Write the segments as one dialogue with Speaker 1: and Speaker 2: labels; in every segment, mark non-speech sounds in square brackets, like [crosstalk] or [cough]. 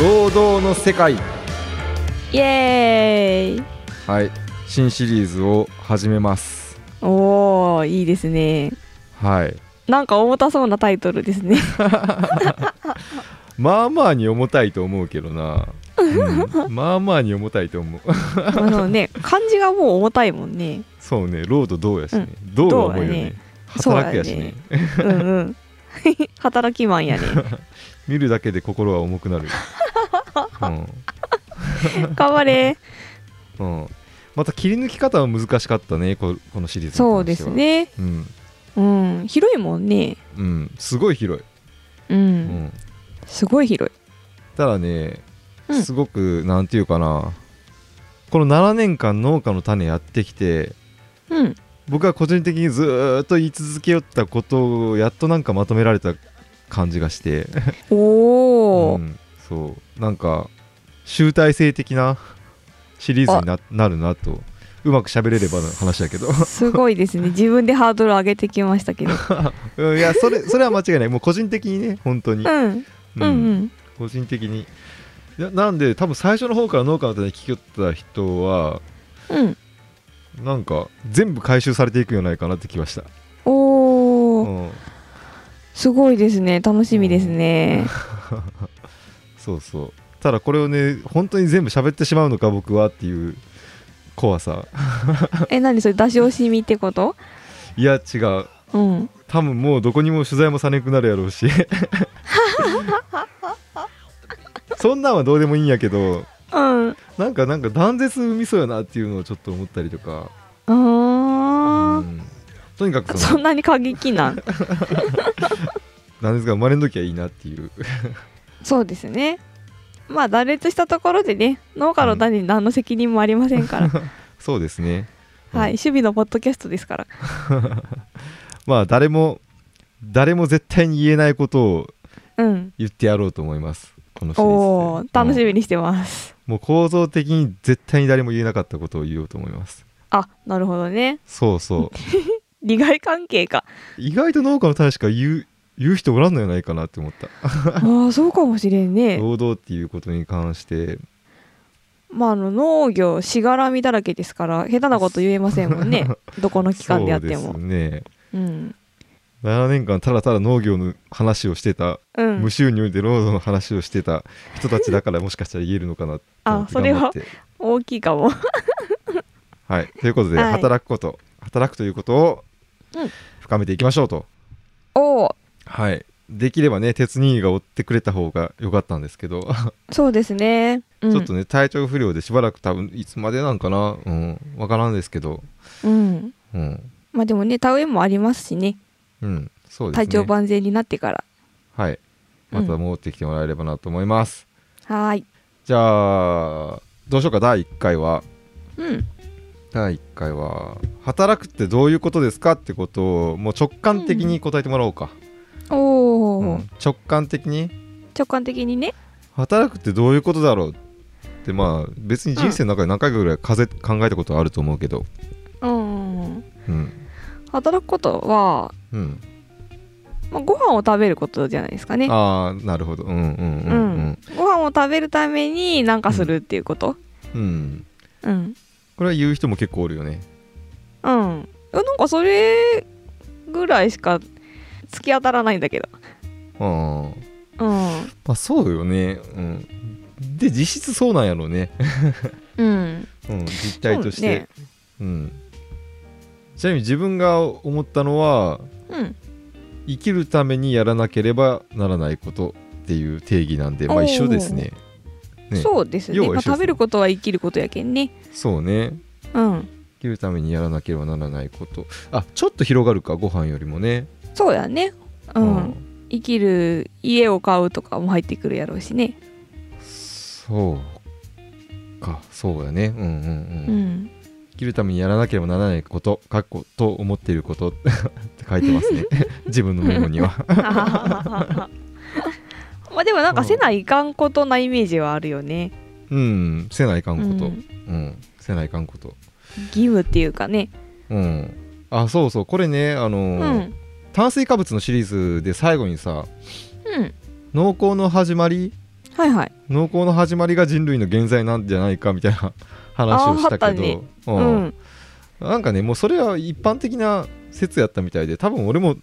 Speaker 1: 労働の世界
Speaker 2: イエーイ
Speaker 1: はい新シリーズを始めます
Speaker 2: おーいいですね
Speaker 1: はい
Speaker 2: なんか重たそうなタイトルです [laughs] ね
Speaker 1: まあまあに重たいと思うけどな、うんまあまあに重たいと思う [laughs]
Speaker 2: あのね漢字がもう重たいもんね
Speaker 1: そうね労働どうやしね、どうが重いよね
Speaker 2: そう
Speaker 1: 働
Speaker 2: だね
Speaker 1: くやしね
Speaker 2: うんうん [laughs] 働きマンやね
Speaker 1: 見るだけで心は重く
Speaker 2: [laughs]
Speaker 1: なるう
Speaker 2: 頑張れ
Speaker 1: ん、うん、また切り抜き方は難しかったねここのシリーズに関しては
Speaker 2: そうですね
Speaker 1: うん、
Speaker 2: うん広いもんね
Speaker 1: うん、すごい広い、
Speaker 2: うん、
Speaker 1: うん、
Speaker 2: すごい広い
Speaker 1: ただね
Speaker 2: うん
Speaker 1: すごく、なんていうかなこの7年間農家の種やってきて
Speaker 2: うん
Speaker 1: 僕は個人的にずーっと言い続けよったことをやっとなんかまとめられた感じがして、
Speaker 2: おお、
Speaker 1: うん、そうなんか集大成的なシリーズにななるなとうまく喋れればの話だけど [laughs]
Speaker 2: すごいですね自分でハードル上げてきましたけど
Speaker 1: うんいやそれそれは間違いないもう個人的にね本当に
Speaker 2: [laughs] う、んうんうん
Speaker 1: 個人的にいやなんで多分最初の方から農家の方に聞きよった人は
Speaker 2: うん
Speaker 1: なんか全部回収されていくんじゃないかなって気はした、
Speaker 2: お
Speaker 1: う
Speaker 2: お、
Speaker 1: ん、
Speaker 2: すごいですね楽しみですね、
Speaker 1: そうそうただこれをね本当に全部喋ってしまうのか僕はっていう怖さ
Speaker 2: え何それ出し惜しみってこと
Speaker 1: いや違う
Speaker 2: うん
Speaker 1: 多分もうどこにも取材もされなくなるやろう
Speaker 2: [laughs]
Speaker 1: しそんなんはどうでもいいんやけど
Speaker 2: うん
Speaker 1: なんかなんか断絶生みそうやなっていうのをちょっと思ったりとか、う
Speaker 2: あ
Speaker 1: んとにか
Speaker 2: ー
Speaker 1: くそ
Speaker 2: そ
Speaker 1: の
Speaker 2: んなに過激な
Speaker 1: 断絶が生まれん時はいいなっていう
Speaker 2: そうですねまあ断裂したところでね農家の種に何の責任もありません [laughs] から、
Speaker 1: そうですねうん
Speaker 2: はい守備のポッドキャストですから
Speaker 1: まあ誰も誰も絶対に言えないことを
Speaker 2: うん
Speaker 1: 言ってやろうと思いますこのシリーズで
Speaker 2: おー楽し
Speaker 1: うん
Speaker 2: みにしてます、
Speaker 1: もう構造的に絶対に誰も言えなかったことを言おうと思います
Speaker 2: あなるほどね
Speaker 1: そう
Speaker 2: [laughs]
Speaker 1: そう
Speaker 2: 利害関
Speaker 1: [laughs]
Speaker 2: 係か
Speaker 1: 意外と農家の種しか言う言う人おらんのやないかなって思った
Speaker 2: あーそうかもしれんね
Speaker 1: 労働っていうことに関して
Speaker 2: まああの農業しがらみだらけですから下手なこと言えませんも
Speaker 1: [laughs]
Speaker 2: んねどこの機関でやって
Speaker 1: そ
Speaker 2: も
Speaker 1: うですね
Speaker 2: うん
Speaker 1: 7年間ただただ農業の話をしてた、
Speaker 2: うん
Speaker 1: 無収入で労働の話をしてた人たちだから
Speaker 2: [laughs]
Speaker 1: もしかしたら言えるのかなと思って
Speaker 2: あそれは
Speaker 1: 頑張って
Speaker 2: 大きいか
Speaker 1: [laughs]
Speaker 2: も
Speaker 1: はい、ということで、
Speaker 2: はい
Speaker 1: 働くこと働くということを
Speaker 2: うん
Speaker 1: 深めていきましょうと、
Speaker 2: おお
Speaker 1: はいできればね鉄兄が追ってくれた方が良かったんですけど、
Speaker 2: そうですね、うん、
Speaker 1: ちょっとね体調不良でしばらく多分いつまでなんかなうんわからんですけど
Speaker 2: うん
Speaker 1: うん、
Speaker 2: まあでもね田植えもありますしね
Speaker 1: うん、そうですね
Speaker 2: 体調万全になってから
Speaker 1: はいまた戻ってきてもらえればなと思います、
Speaker 2: はーい
Speaker 1: じゃあどうしようか第1回は
Speaker 2: うん
Speaker 1: 第1回は働くってどういうことですかってことをもう直感的に答えてもらおうか、
Speaker 2: おお、
Speaker 1: うん直感的に
Speaker 2: 直感的にね
Speaker 1: 働くってどういうことだろうってまあ別に人生の中で何回かぐらい風考えたことはあると思うけど
Speaker 2: うん
Speaker 1: うん
Speaker 2: 働くことは、
Speaker 1: うん
Speaker 2: まあ、ご飯を食べることじゃないですかね
Speaker 1: ああなるほどうんうん
Speaker 2: う、
Speaker 1: うんん
Speaker 2: ご飯を食べるために何かするっていうこと
Speaker 1: うん、うん、
Speaker 2: うん
Speaker 1: これは言う人も結構おるよね
Speaker 2: うん、えなんかそれぐらいしか突き当たらないんだけど
Speaker 1: ああ
Speaker 2: うん
Speaker 1: まあそうよねうんで実質そうなんやろうね、
Speaker 2: うん
Speaker 1: うん、実態とし
Speaker 2: そう
Speaker 1: て
Speaker 2: ね
Speaker 1: うんちなみに自分が思ったのは
Speaker 2: うん
Speaker 1: 生きるためにやらなければならないことっていう定義なんでまあ一緒ですねね
Speaker 2: そうですね
Speaker 1: 要は
Speaker 2: まあ、
Speaker 1: 一緒ですね
Speaker 2: 食べることは生きることやけんね
Speaker 1: そうね
Speaker 2: うん
Speaker 1: 生きるためにやらなければならないことあちょっと広がるかご飯よりもね
Speaker 2: そうやねうん生きる家を買うとかも入ってくるやろうしね、
Speaker 1: そうかそうだねうんうん
Speaker 2: う
Speaker 1: うん、
Speaker 2: [laughs] ん、
Speaker 1: 生きるためにやらなければならないことかっこと思っていること [laughs] って書いてますね [laughs] 自分のメモに
Speaker 2: [laughs]
Speaker 1: は
Speaker 2: まあでもなん
Speaker 1: う
Speaker 2: か
Speaker 1: ん
Speaker 2: せないかんことなイメージはあるよね、
Speaker 1: うんせないかんこと
Speaker 2: う
Speaker 1: うんん、せないかんこと
Speaker 2: 義務っていうかね
Speaker 1: うんあそうそうこれねあ
Speaker 2: う
Speaker 1: の
Speaker 2: ん
Speaker 1: ー、炭水化物のシリーズで最後にさ
Speaker 2: うん
Speaker 1: 農耕の始まり
Speaker 2: はいはい
Speaker 1: 農耕の始まりが人類の現在なんじゃないかみたいな話をした
Speaker 2: あーはった
Speaker 1: け
Speaker 2: ね
Speaker 1: ど
Speaker 2: う
Speaker 1: うん
Speaker 2: ん
Speaker 1: なんかねもうそれは一般的な説やったみたいで多分俺も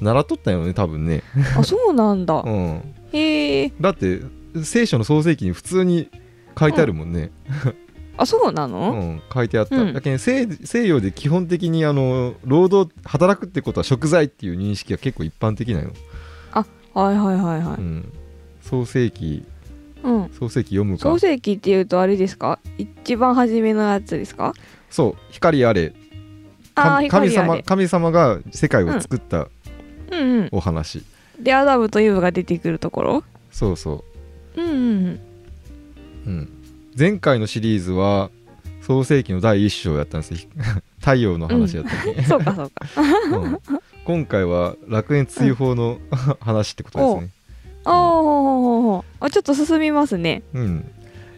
Speaker 1: 習っとったよね多分ね、
Speaker 2: あそうなんだ
Speaker 1: うん、
Speaker 2: へえ
Speaker 1: だって聖書の創世記に普通に書いてあるもんね、
Speaker 2: あそうな
Speaker 1: うん
Speaker 2: の
Speaker 1: 書いてあった、
Speaker 2: うん
Speaker 1: だけど西西洋で基本的にあの労働働くってことは食材っていう認識が結構一般的なの、
Speaker 2: はいはいはいは
Speaker 1: う
Speaker 2: い
Speaker 1: ん、創世記
Speaker 2: うん
Speaker 1: 創世記読むか
Speaker 2: 創世記っていうとあれですか一番初めのやつですか
Speaker 1: そう光あれ
Speaker 2: ああ
Speaker 1: 神神
Speaker 2: 光あ
Speaker 1: 様
Speaker 2: れ
Speaker 1: 神様が世界を作った
Speaker 2: うんうん
Speaker 1: お話、
Speaker 2: でアダムとイブが出てくるところ
Speaker 1: そうそ
Speaker 2: うんうん
Speaker 1: う、うん、前回のシリーズは創世記の第一章やったんですよ [laughs] 太陽の話やったね、 [laughs]
Speaker 2: うんそうかそうか
Speaker 1: うん今回は楽園追放の [laughs] 話ってことですね
Speaker 2: ああほうほうほうほうあちょっと進みますね
Speaker 1: うん、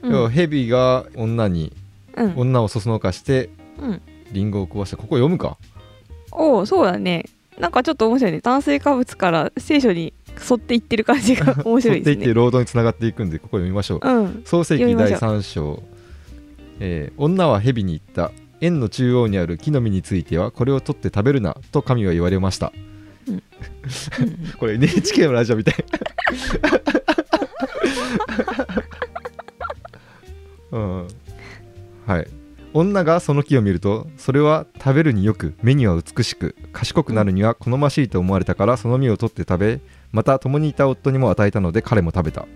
Speaker 2: うん
Speaker 1: 要は蛇が女に
Speaker 2: うん
Speaker 1: 女をそそのかして
Speaker 2: うん
Speaker 1: リンゴを壊したここ読むか
Speaker 2: おおそうだねなんかちょっと面白いね炭水化物から聖書に沿っていってる感じ
Speaker 1: [laughs]
Speaker 2: が面白
Speaker 1: 取
Speaker 2: いです
Speaker 1: っていって
Speaker 2: ね
Speaker 1: 労働につながっていくんでここ読みましょう
Speaker 2: うん
Speaker 1: 創世
Speaker 2: 読
Speaker 1: 記
Speaker 2: みまし
Speaker 1: 第
Speaker 2: ょう
Speaker 1: 3章、えー女は蛇に言った園の中央にある木の実についてはこれを取って食べるなと神は言われました
Speaker 2: うん
Speaker 1: これ NHK のラジオみたいうんはい女がその木を見るとそれは食べるによく目には美しく賢くなるには好ましいと思われたからその実を取って食べまた共にいた夫にも与えたので彼も食べた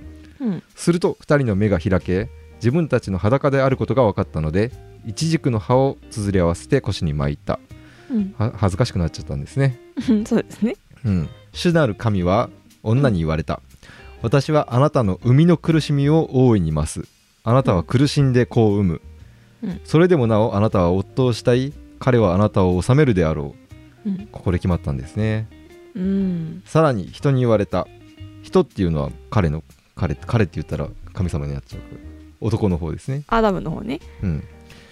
Speaker 2: うん
Speaker 1: すると2人の目が開け自分たちの裸であることが分かったのでイチジクの葉を綴り合わせて腰に巻いた
Speaker 2: うん
Speaker 1: は恥ずかしくなっちゃったんですね、
Speaker 2: うんそうですね
Speaker 1: うん、主なる神は女に言われた、私はあなたの生みの苦しみを大いに増すあなたは苦しんで子を産む、
Speaker 2: うん
Speaker 1: それでもなおあなたは夫をしたい彼はあなたを治めるであろう
Speaker 2: うん
Speaker 1: ここで決まったんですね
Speaker 2: うん
Speaker 1: さらに人に言われた人っていうのは彼の彼彼って言ったら神様になっちゃうから男の方ですね
Speaker 2: アダムの方ね
Speaker 1: うん、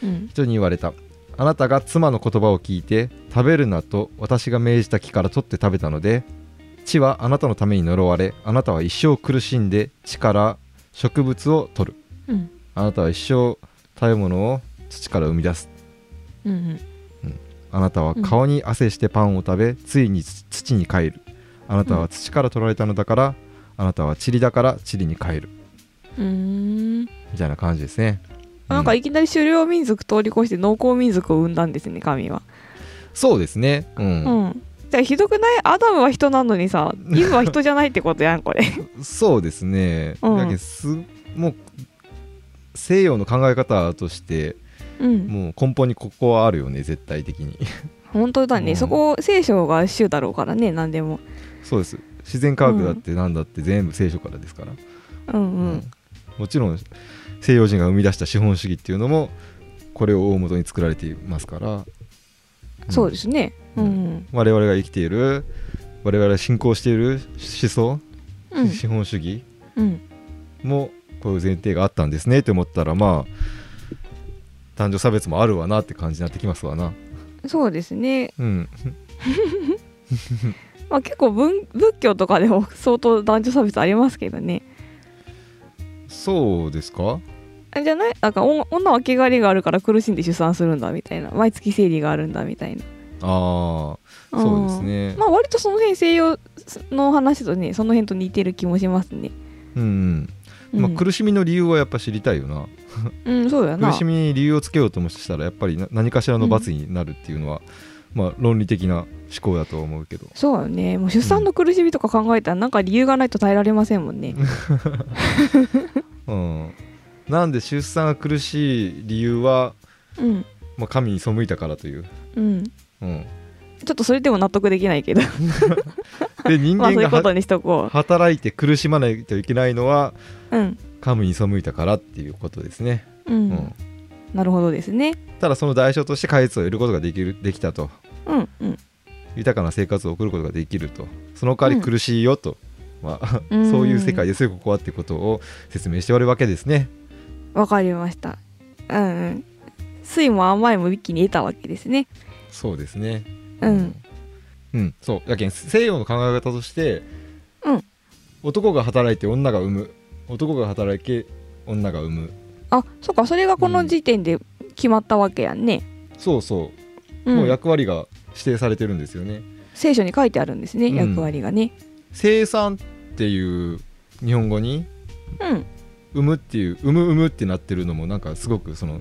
Speaker 2: うん
Speaker 1: 人に言われたあなたが妻の言葉を聞いて食べるなと私が命じた木から取って食べたので地はあなたのために呪われあなたは一生苦しんで地から植物を取る
Speaker 2: うん
Speaker 1: あなたは一生食べ物を土から生み出す
Speaker 2: うんうん
Speaker 1: あなたは顔に汗してパンを食べ、ついに土土に帰るあなたは土から取られたのだから、あなたは塵だから塵に帰る
Speaker 2: うーん
Speaker 1: みたいな感じですね
Speaker 2: なんか
Speaker 1: うん
Speaker 2: いきなり狩猟民族通り越して農耕民族を生んだんですね神は
Speaker 1: そうですねうん
Speaker 2: うんじゃあひどくないアダムは人なのにさイブは人じゃないってことや
Speaker 1: [laughs]
Speaker 2: んこれ
Speaker 1: そうですね、
Speaker 2: うん
Speaker 1: だけどすもう西洋の考え方として
Speaker 2: うん
Speaker 1: もう根本にここはあるよね絶対的に [laughs]
Speaker 2: 本当だね、
Speaker 1: うん
Speaker 2: そこ聖書が主だろうからね何でも
Speaker 1: そうです自然科学だってなんだって全部聖書からですから、
Speaker 2: うんうん、
Speaker 1: うんもちろん西洋人が生み出した資本主義っていうのもこれを大元に作られていますから、ん
Speaker 2: そうですねう、
Speaker 1: うん我々が生きている我々が信仰している思想、
Speaker 2: うん
Speaker 1: 資本主義
Speaker 2: うん、
Speaker 1: もこういう前提があったんですねって思ったらまあ男女差別もあるわなって感じになってきますわな
Speaker 2: そうですね、
Speaker 1: うん
Speaker 2: まあ、結構文仏教とかでも相当男女差別ありますけどね
Speaker 1: そうですか
Speaker 2: あじゃないなんかお女は汚れがあるから苦しんで出産するんだみたいな毎月生理があるんだみたいな
Speaker 1: ああそうですね
Speaker 2: んまあ割とその辺西洋の話とねその辺と似てる気もしますね
Speaker 1: うん、うんまあ、苦しみの理由はやっぱ知りたいよな、
Speaker 2: うん、うん、そうやな
Speaker 1: 苦しみに理由をつけようともしたらやっぱりな何かしらの罰になるっていうのは、まあ論理的な思考だとは思うけど
Speaker 2: そうよねもう出産の苦しみとか考えたらなんか理由がないと耐えられませんもんね、
Speaker 1: うんなんで出産が苦しい理由は、
Speaker 2: うん
Speaker 1: まあ、神に背いたからという、
Speaker 2: うん、ち
Speaker 1: うん、
Speaker 2: ょっとそれでも納得できないけど
Speaker 1: で人
Speaker 2: [laughs] まあ
Speaker 1: 間
Speaker 2: そうい
Speaker 1: が
Speaker 2: うこと
Speaker 1: は
Speaker 2: にしとこ
Speaker 1: 働いて苦しまないといけないのは
Speaker 2: ううん
Speaker 1: 神に背いたからっていうことですね、
Speaker 2: う、
Speaker 1: うんん、
Speaker 2: なるほどですね
Speaker 1: ただその代償として果実を得ることができるできたと
Speaker 2: うんうん
Speaker 1: 豊かな生活を送ることができるとその代わり苦しいよと、まあ、 [laughs]
Speaker 2: うん
Speaker 1: そういう世界ですよここはってことを説明しておるわけですね
Speaker 2: わかりましたうんうん酸いも甘いも一気に得たわけですね
Speaker 1: そうですね
Speaker 2: うん
Speaker 1: うんそうやけん西洋の考え方として、
Speaker 2: うん
Speaker 1: 男が働いて女が産む男が働き女が産む
Speaker 2: あそっかそれがこ
Speaker 1: う
Speaker 2: の
Speaker 1: ん
Speaker 2: 時点で決まったわけやんね、
Speaker 1: そうそうう、
Speaker 2: ん
Speaker 1: もう役割が指定されてるんですよね
Speaker 2: 聖書に書いてあるんですね、
Speaker 1: うん
Speaker 2: 役割がね
Speaker 1: 生産っていう日本語に
Speaker 2: うん
Speaker 1: 産むっていう産む産むってなってるのもなんかすごくその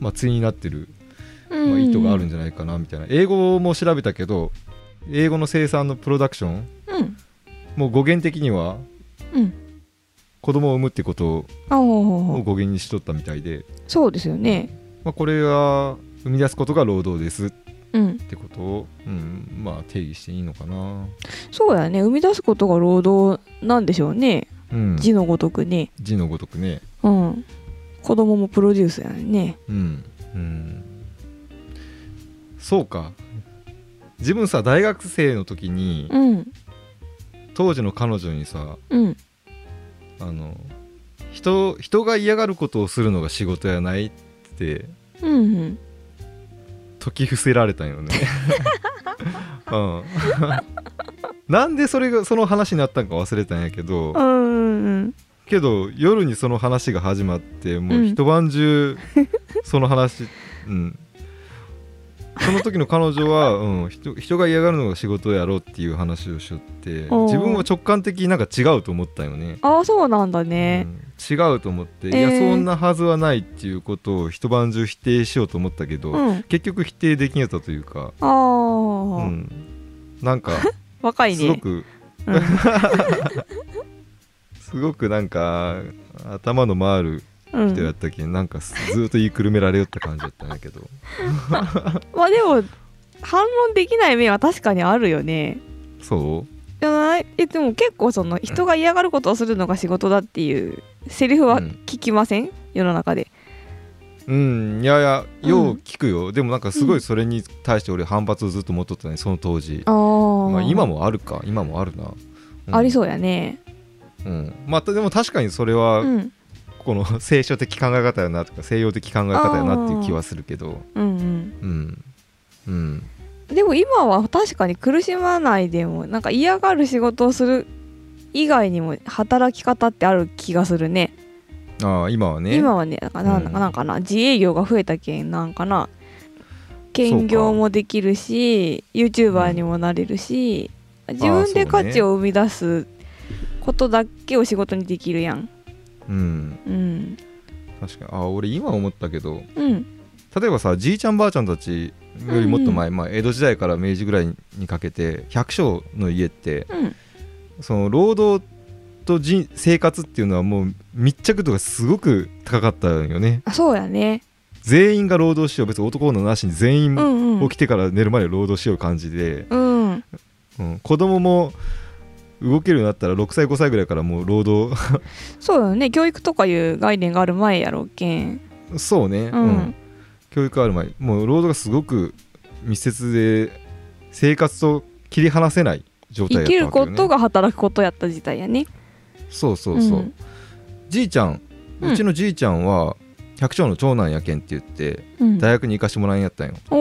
Speaker 1: まあ対になってる、
Speaker 2: うん
Speaker 1: まあ、意図があるんじゃないかなみたいな、英語も調べたけど英語の生産のプロダクション
Speaker 2: うん
Speaker 1: もう語源的には
Speaker 2: うん
Speaker 1: 子供を産むってこと
Speaker 2: あ
Speaker 1: を語
Speaker 2: あ
Speaker 1: 源にしとったみたいで、
Speaker 2: そうですよね
Speaker 1: まあ、これは生み出すことが労働ですっ
Speaker 2: うん
Speaker 1: てことを、うん、まあ定義していいのかな、
Speaker 2: そうやね生み出すことが労働なんでしょうね
Speaker 1: うん、
Speaker 2: 字のごとくね
Speaker 1: 字のごとくね
Speaker 2: うん子供もプロデュースやね
Speaker 1: うん、うん、そうか自分さ大学生の時に
Speaker 2: うん
Speaker 1: 当時の彼女にさ
Speaker 2: うん
Speaker 1: あの人人が嫌がることをするのが仕事やないって
Speaker 2: うんうん
Speaker 1: 説き伏せられたんよね。うん、 [laughs] なんでそれがその話になったんか忘れたんやけど
Speaker 2: うんうん
Speaker 1: けど夜にその話が始まってもううん一晩中その話、うん、その時の彼女は、うん、人人が嫌がるのが仕事やろうっていう話をしよって
Speaker 2: おー
Speaker 1: 自分は直感的になんか違うと思ったよね。
Speaker 2: ああそうなんだ
Speaker 1: う
Speaker 2: ね、
Speaker 1: ん違うと思って、い
Speaker 2: え
Speaker 1: や
Speaker 2: ー
Speaker 1: そんなはずはないっていうことを一晩中否定しようと思ったけど、
Speaker 2: うん、
Speaker 1: 結局否定できなかったというか、
Speaker 2: ああ、
Speaker 1: うん、なん
Speaker 2: [laughs]
Speaker 1: か
Speaker 2: 若いね
Speaker 1: すごく
Speaker 2: うん
Speaker 1: すごくなんか頭の回る
Speaker 2: うん [laughs]
Speaker 1: 人やったけんなんかすずーっと言いくるめられよった感じだったんだけど
Speaker 2: まあでも反論できない面は確かにあるよね
Speaker 1: そ
Speaker 2: じゃないえでも結構その人が嫌がることをするのが仕事だっていうセリフは
Speaker 1: うん
Speaker 2: 聞きません、世の中で
Speaker 1: ううんいやいや
Speaker 2: うん
Speaker 1: よう聞くよ、でもなんかすごいそれに対して俺反発をずっと持っとったねその当時
Speaker 2: あ、あ、
Speaker 1: まあ、今もあるか今もあるな、うん
Speaker 2: ありそうやね
Speaker 1: う、ん、まあでも確かにそれは、
Speaker 2: うん
Speaker 1: この聖書的考え方やなとか西洋的考え方やなっていう気はするけど
Speaker 2: うんうん
Speaker 1: うんうん
Speaker 2: でも今は確かに苦しまないでもなんか嫌がる仕事をする以外にも働き方ってある気がするね
Speaker 1: ああ今はね
Speaker 2: 今はねなんかな
Speaker 1: うん
Speaker 2: んなんかな、自営業が増えたけんなんかな兼業もできるし YouTuber にもなれるし、自分で価値を生み出すことだけを仕事にできるやん
Speaker 1: うん
Speaker 2: うん
Speaker 1: 確かにああ俺今思ったけど
Speaker 2: うん
Speaker 1: 例えばさじいちゃんばあちゃんたちよりもっと前、まあ、江戸時代から明治ぐらいにかけて百姓の家って
Speaker 2: うん
Speaker 1: その労働と人生活っていうのはもう密着度がすごく高かったよね
Speaker 2: あそうやね
Speaker 1: 全員が労働しよう別に男のなしに全
Speaker 2: う
Speaker 1: 員
Speaker 2: んうん
Speaker 1: 起きてから寝るまで労働しよう感じで、
Speaker 2: うん
Speaker 1: うん、子供も動けるようになったら6歳5歳ぐらいからもう労働 [laughs]
Speaker 2: そうよね教育とかいう概念がある前やろうけん
Speaker 1: そうね、
Speaker 2: うん、
Speaker 1: 教育ある前もう労働がすごく密接で生活と切り離せない状態だ
Speaker 2: 生
Speaker 1: っ
Speaker 2: き
Speaker 1: た
Speaker 2: る
Speaker 1: わけよ、
Speaker 2: こ
Speaker 1: ね、
Speaker 2: とが働くことやった時代やね
Speaker 1: そうそうそう、
Speaker 2: うん
Speaker 1: じいちゃん
Speaker 2: うん
Speaker 1: うちのじいちゃんは百姓の長男やけんって言って
Speaker 2: うん
Speaker 1: 大学に行かしてもらえんやったんよ、
Speaker 2: お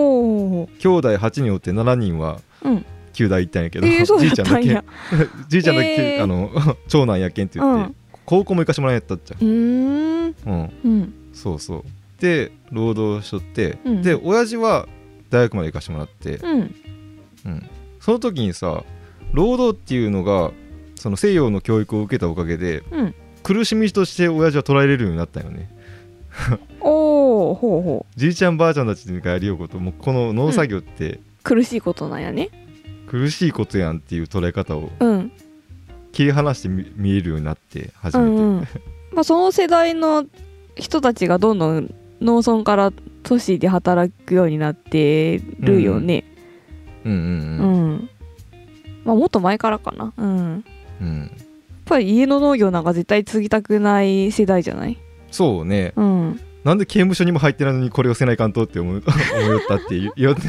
Speaker 2: お
Speaker 1: 兄弟8人おって7人は
Speaker 2: うん
Speaker 1: 9代行ったんやけど、
Speaker 2: えー、そう
Speaker 1: じい
Speaker 2: やっ
Speaker 1: ちゃん
Speaker 2: た
Speaker 1: だ
Speaker 2: ん
Speaker 1: け
Speaker 2: や [laughs]
Speaker 1: じいちゃんだけ、
Speaker 2: えー
Speaker 1: あの [laughs] 長男やけんって言って、
Speaker 2: うん
Speaker 1: 高校も行かしてもらえんやったっちゃ
Speaker 2: うーん
Speaker 1: うん
Speaker 2: うん
Speaker 1: そうそうで労働しとって、
Speaker 2: うん
Speaker 1: で親父は大学まで行かしてもらって、
Speaker 2: うん
Speaker 1: うんその時にさ労働っていうのがその西洋の教育を受けたおかげで
Speaker 2: うん
Speaker 1: 苦しみとして親父は捉えれるようになったよね
Speaker 2: おおほうほう
Speaker 1: じいちゃんばあちゃんたちがやりようこともうこの農作業って
Speaker 2: 苦しいことなんやね
Speaker 1: 苦しいことやんっていう捉え方を
Speaker 2: うん
Speaker 1: 切り離してみ見えるようになって初
Speaker 2: う
Speaker 1: めて、
Speaker 2: ん、
Speaker 1: [laughs]
Speaker 2: うん、まあその世代の人たちがどんどん農村から都市で働くようになってるよね
Speaker 1: うん
Speaker 2: う
Speaker 1: うんうん
Speaker 2: ん、まあもっと前からかなうん
Speaker 1: うん
Speaker 2: やっぱり家の農業なんか絶対継ぎたくない世代じゃない
Speaker 1: そうね
Speaker 2: うん
Speaker 1: なんで刑務所にも入ってないのにこれをせないかんとって思う [laughs] 思いよったって言よって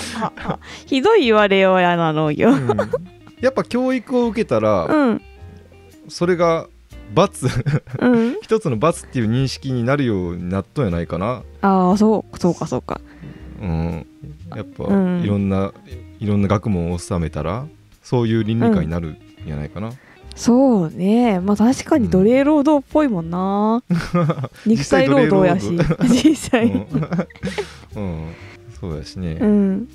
Speaker 2: [laughs] ひどい言われようやな農業
Speaker 1: うんやっぱ教育を受けた
Speaker 2: う
Speaker 1: ら
Speaker 2: ん
Speaker 1: それが罰
Speaker 2: うん
Speaker 1: 一つの罰っていう認識になるようになっとんやないかな、
Speaker 2: [laughs] ああそうそうかそうか
Speaker 1: うん、やっぱ
Speaker 2: うん
Speaker 1: いろんな、いろんな学問を収めたらそういう倫理観になるんやないかな、
Speaker 2: そうねまあ確かに奴隷労働っぽいもんな、 [laughs] 肉体労働やし実 [laughs] 際
Speaker 1: うん [laughs] うんそうやしね、
Speaker 2: う
Speaker 1: うん
Speaker 2: ん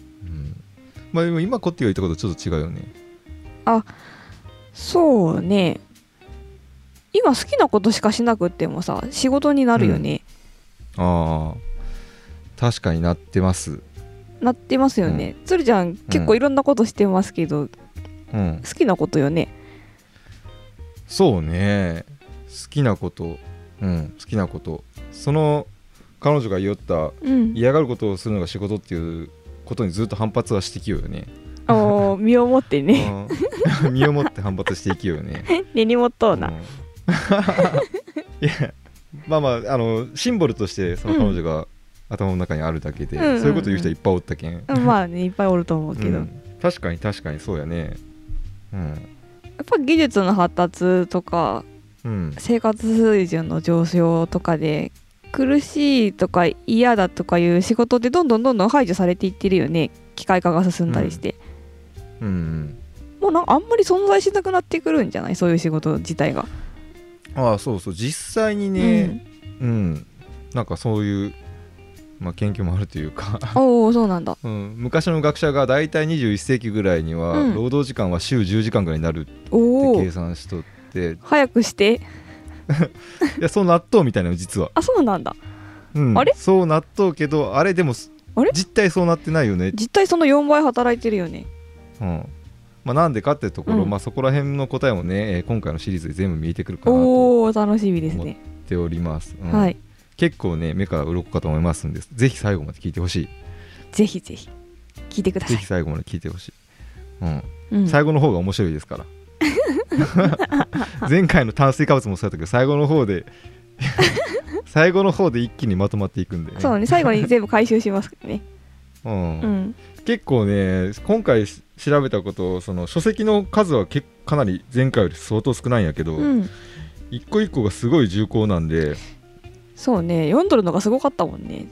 Speaker 1: まあでも今コッティが言ったことちょっと違うよね
Speaker 2: そうね今好きなことしかしなくってもさ仕事になるよね、
Speaker 1: ああ確かになってます
Speaker 2: なってますよね、鶴ちゃん結構いろんなことしてますけど、
Speaker 1: うん
Speaker 2: 好きなことよね
Speaker 1: そうね好きなことうん好きなことその彼女が言おった
Speaker 2: うん
Speaker 1: 嫌がることをするのが仕事っていうことにずっと反発はしてきようよね
Speaker 2: あの [laughs] 身をもってね
Speaker 1: うん [laughs] 身をもって反発していきようよね
Speaker 2: 根に持っとうな、
Speaker 1: ん [laughs] いやまあまああのシンボルとしてその彼女が頭の中にあるだけで、
Speaker 2: うんうんうん
Speaker 1: そういうこと言う人いっぱいおったけん、
Speaker 2: うんまあねいっぱいおると思うけど、
Speaker 1: う
Speaker 2: や
Speaker 1: ん確かに確かにそうやねうん
Speaker 2: っぱ技術の発達とか
Speaker 1: うん
Speaker 2: 生活水準の上昇とかで苦しいとか嫌だとかいう仕事ってどんどんどんどん排除されていってるよね機械化が進んだりして、
Speaker 1: うんうん
Speaker 2: もうなんかあんまり存在しなくなってくるんじゃないそういう仕事自体が。
Speaker 1: ああそうそう実際にねうん、なんかそういう、まあ、研究もあるというか、 [laughs]
Speaker 2: うん、おおそうなんだ。
Speaker 1: うん、昔の学者が大体21世紀ぐらいには、
Speaker 2: うん
Speaker 1: 労働時間は週10時間ぐらいになるって
Speaker 2: おお
Speaker 1: 計算しとって
Speaker 2: 早くして
Speaker 1: いやそう納豆みたいなの実は
Speaker 2: あそうなんだ
Speaker 1: うん
Speaker 2: あれ
Speaker 1: そうなっとうけどあれでもす
Speaker 2: あれ
Speaker 1: 実態そうなってないよね、
Speaker 2: 実際その4倍働いてるよね。
Speaker 1: うんまあ、なんでかってところ、
Speaker 2: うん
Speaker 1: まあ、そこら辺の答えもね、えー今回のシリーズで全部見えてくるかなと思
Speaker 2: おお楽しみですね。
Speaker 1: っております、うん
Speaker 2: はい
Speaker 1: 結構ね目から鱗かと思いますんでぜひ最後まで聞いてほしい
Speaker 2: ぜひぜひ聞いてくださ
Speaker 1: ぜ
Speaker 2: い
Speaker 1: ひ。最後まで聞いてほしい、うん
Speaker 2: うん、
Speaker 1: 最後の方が面白いですから [laughs] 前回の炭水化物もそうだったけど最後の方で [laughs] 最後の方で一気にまとまっていくんで、ね
Speaker 2: そうね最後に全部回収しますからね。
Speaker 1: うん
Speaker 2: うん、
Speaker 1: 結構ね今回し調べたことその書籍の数はけかなり前回より相当少ないんやけど、
Speaker 2: うん、
Speaker 1: 一個一個がすごい重厚なんで
Speaker 2: そうね読んどるのがすごかったもんね。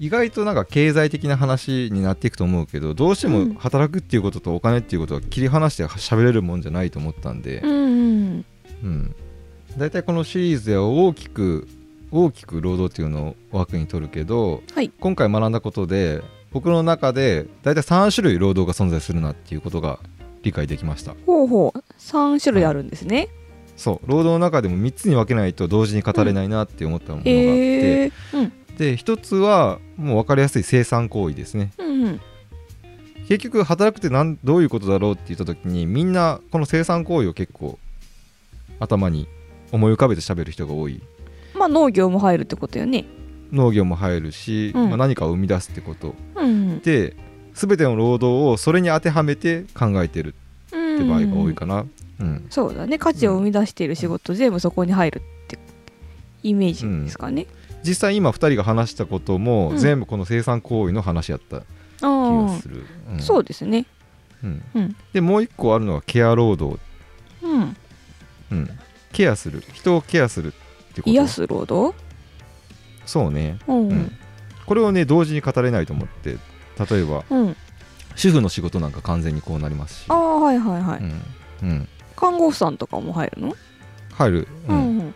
Speaker 1: 意外となんか経済的な話になっていくと思うけどどうして
Speaker 2: うん
Speaker 1: も働くっていうこととお金っていうことは切り離して喋れるもんじゃないと思ったんで
Speaker 2: う、んうん
Speaker 1: うん、大体このシリーズでは大きく大きく労働っていうのを枠に取るけど、
Speaker 2: はい
Speaker 1: 今回学んだことで僕の中で大体3種類労働が存在するなっていうことが理解できました。
Speaker 2: ほうほう3種類あるんですね、
Speaker 1: そう労働の中でも3つに分けないと同時に語れないなって思ったものがあって、
Speaker 2: へえうん
Speaker 1: で1つはもう分かりやすい生産行為ですね
Speaker 2: うんうん
Speaker 1: 結局働くってなんどういうことだろうって言った時にみんなこの生産行為を結構頭に思い浮かべて喋る人が多い
Speaker 2: まあ農業も入るってことよね
Speaker 1: 農業も入るし、
Speaker 2: うん
Speaker 1: まあ、何かを生み出すってこと
Speaker 2: うん
Speaker 1: で全ての労働をそれに当てはめて考えてる
Speaker 2: うん
Speaker 1: って場合が多いかなうん、
Speaker 2: そうだね価値を生み出している仕事全部そこに入るってイメージですかね、
Speaker 1: 実際今2人が話したことも
Speaker 2: うん
Speaker 1: 全部この生産行為の話やった気
Speaker 2: あ
Speaker 1: が
Speaker 2: あ
Speaker 1: する、うん
Speaker 2: そうですね
Speaker 1: うん
Speaker 2: うん
Speaker 1: でもう一個あるのはケア労働、
Speaker 2: うん
Speaker 1: うん、ケアする人をケアするってこと
Speaker 2: 癒す労働
Speaker 1: そうね、
Speaker 2: うん
Speaker 1: うんこれをね同時に語れないと思って例えば
Speaker 2: うん
Speaker 1: 主婦の仕事なんか完全にこうなりますし
Speaker 2: ああはいはいはい、
Speaker 1: うんうん、
Speaker 2: 看護婦さんとかも入るの
Speaker 1: 入る、
Speaker 2: う
Speaker 1: うん
Speaker 2: ん、うん、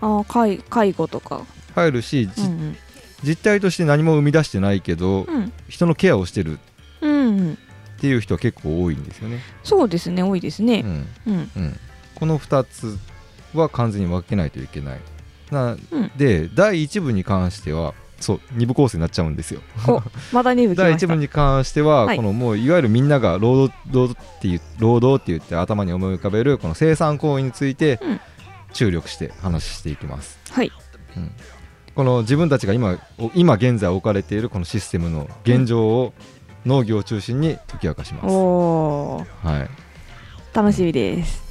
Speaker 2: ああ介介護とか
Speaker 1: 入るし、じ
Speaker 2: うん
Speaker 1: 実態として何も生み出してないけど、
Speaker 2: うん
Speaker 1: 人のケアをしてる
Speaker 2: うん、うん、
Speaker 1: っていう人は結構多いんですよね、
Speaker 2: そうですね多いです
Speaker 1: う
Speaker 2: ね
Speaker 1: ん
Speaker 2: うん
Speaker 1: うん、この2つは完全に分けないといけないな
Speaker 2: うん
Speaker 1: で、第1部に関してはそう2部構成になっちゃうんですよ
Speaker 2: おまた2部来
Speaker 1: 第
Speaker 2: まし
Speaker 1: 1
Speaker 2: た
Speaker 1: 部に関しては、
Speaker 2: はい
Speaker 1: このもういわゆるみんなが労働労働っていう労働って言って頭に思い浮かべるこの生産行為について
Speaker 2: うん
Speaker 1: 注力して話していきます、
Speaker 2: はい
Speaker 1: うんこの自分たちが今お今現在置かれているこのシステムの現状を農業を中心に解き明かします、
Speaker 2: おお
Speaker 1: はい
Speaker 2: 楽しみです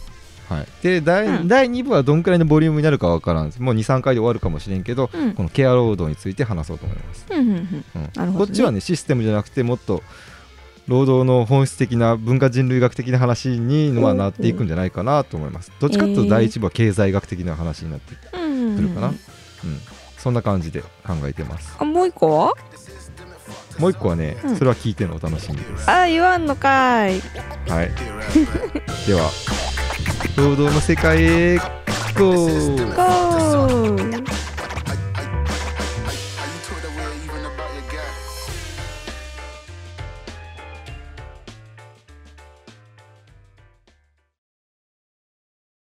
Speaker 1: はい、で第,、
Speaker 2: うん
Speaker 1: 第2部はどんくらいのボリュームになるかわからんですもう23回で終わるかもしれんけど、
Speaker 2: うん
Speaker 1: このケア労働について話そうと思います
Speaker 2: うんうんうん
Speaker 1: うん
Speaker 2: なるほどね
Speaker 1: こっちはねシステムじゃなくてもっと労働の本質的な文化人類学的な話にまあ
Speaker 2: うん
Speaker 1: なっていくんじゃないかなと思います、どっちかっていう
Speaker 2: え
Speaker 1: と
Speaker 2: ー
Speaker 1: 第一部は経済学的な話になってく
Speaker 2: うんうんうん
Speaker 1: るかな、うんそんな感じで考えてます
Speaker 2: あもう一個は
Speaker 1: もう一個はね、
Speaker 2: うん
Speaker 1: それは聞いてのお楽しみです、
Speaker 2: あ言わんのかい
Speaker 1: はい、では
Speaker 3: Thank
Speaker 1: 労働の世界へ GO!
Speaker 2: ゴー